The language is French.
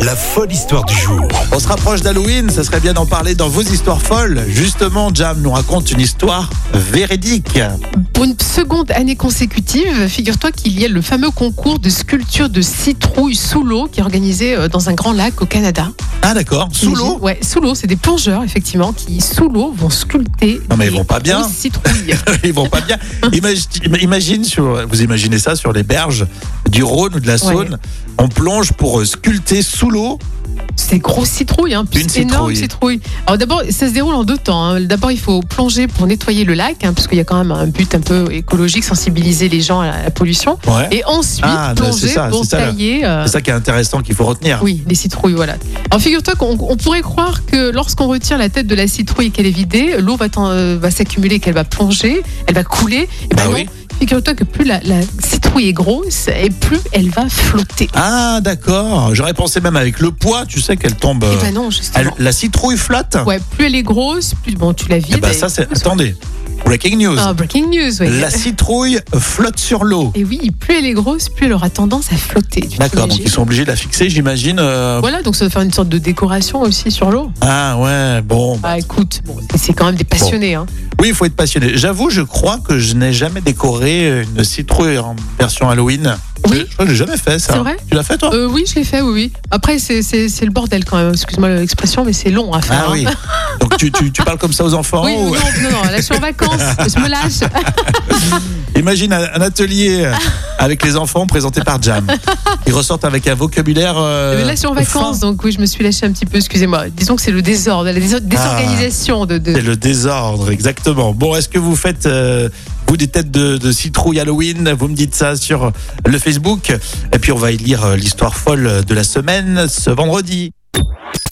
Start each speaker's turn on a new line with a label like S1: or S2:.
S1: La folle histoire du jour.
S2: On se rapproche d'Halloween, ça serait bien d'en parler dans vos histoires folles. Justement, Jam nous raconte une histoire véridique.
S3: Pour une seconde année consécutive, figure-toi qu'il y a le fameux concours de sculpture de citrouille sous l'eau qui est organisé euh, dans un grand lac au Canada.
S2: Ah d'accord, sous
S3: Imagine-
S2: l'eau
S3: Ouais, sous l'eau. C'est des plongeurs, effectivement, qui, sous l'eau, vont sculpter.
S2: Non, Ah, mais ils
S3: des
S2: vont pas bien.
S3: grosses citrouilles.
S2: Ils vont pas bien. Imagine, imagine sur, vous imaginez ça sur les berges du Rhône ou de la Saône. On plonge pour euh, sculpter sous l'eau.
S3: C'est des grosses citrouilles, hein,
S2: Une
S3: énorme
S2: citrouille.
S3: citrouille. Alors d'abord, ça se déroule en deux temps. hein. D'abord, il faut plonger pour nettoyer le lac, hein, parce qu'il y a quand même un but un peu écologique, sensibiliser les gens à la, à la pollution.
S2: Ouais.
S3: Et ensuite,
S2: Ah, bah, c'est
S3: plonger
S2: ça,
S3: pour
S2: c'est ça, là.
S3: tailler. euh,
S2: C'est ça qui est intéressant qu'il faut retenir.
S3: Oui, les citrouilles, voilà. Alors figure-toi qu'on on pourrait croire que lorsqu'on retire la tête de la citrouille et qu'elle est vidée, l'eau va, t'en- euh, va s'accumuler, qu'elle va plonger, elle va couler. Et
S2: Bah
S3: ben non.
S2: oui.
S3: Figure-toi que plus la, la citrouille est grosse et plus elle va flotter.
S2: Ah d'accord, j'aurais pensé même avec le poids, tu sais qu'elle tombe.
S3: Et
S2: euh,
S3: ben non,
S2: elle-
S3: justement.
S2: la citrouille flotte.
S3: Ouais, plus elle est grosse, plus bon, tu la
S2: Eh
S3: vides.
S2: ben,
S3: et-
S2: ça c'est attendez. Breaking news.
S3: Ah, breaking news, ouais.
S2: La citrouille flotte sur l'eau.
S3: Et oui, plus elle est grosse, plus elle aura tendance à flotter. tu
S2: D'accord, donc
S3: t'imagines
S2: ils sont obligés de la fixer, j'imagine. euh,
S3: Voilà, donc ça va faire une sorte de décoration aussi sur l'eau.
S2: Ah ouais, bon.
S3: Ah, écoute, bon, c'est quand même des passionnés. Hein.
S2: Oui, il faut être passionné. J'avoue, je crois que je n'ai jamais décoré une citrouille en version Halloween.
S3: Oui.
S2: Je crois que j'ai jamais fait ça.
S3: C'est vrai
S2: Tu l'as fait toi
S3: Euh, oui, je l'ai fait, oui, oui. Après, c'est- c'est c'est le bordel quand même, excuse-moi l'expression, mais c'est long à faire.
S2: Ah
S3: hein.
S2: oui. Oh. Donc tu, tu- tu parles comme ça aux enfants
S3: Oui,
S2: ou-
S3: non, non, non, là je suis en vacances, je me lâche.
S2: Euh, Imagine un un atelier avec les enfants présenté par Jam. Ils ressortent avec un vocabulaire. euh,
S3: Mais là je suis en vacances,
S2: fin.
S3: donc oui, je me suis lâchée un petit peu, excusez-moi. Disons que c'est le désordre, la
S2: Ah.
S3: désor- désorganisation de. de-
S2: C'est le désordre, exactement. Bon, est-ce que vous faites, euh, vous, des têtes de, de citrouille Halloween Vous me dites ça sur le Facebook. Et puis, on va y lire euh, l'histoire folle de la semaine ce vendredi.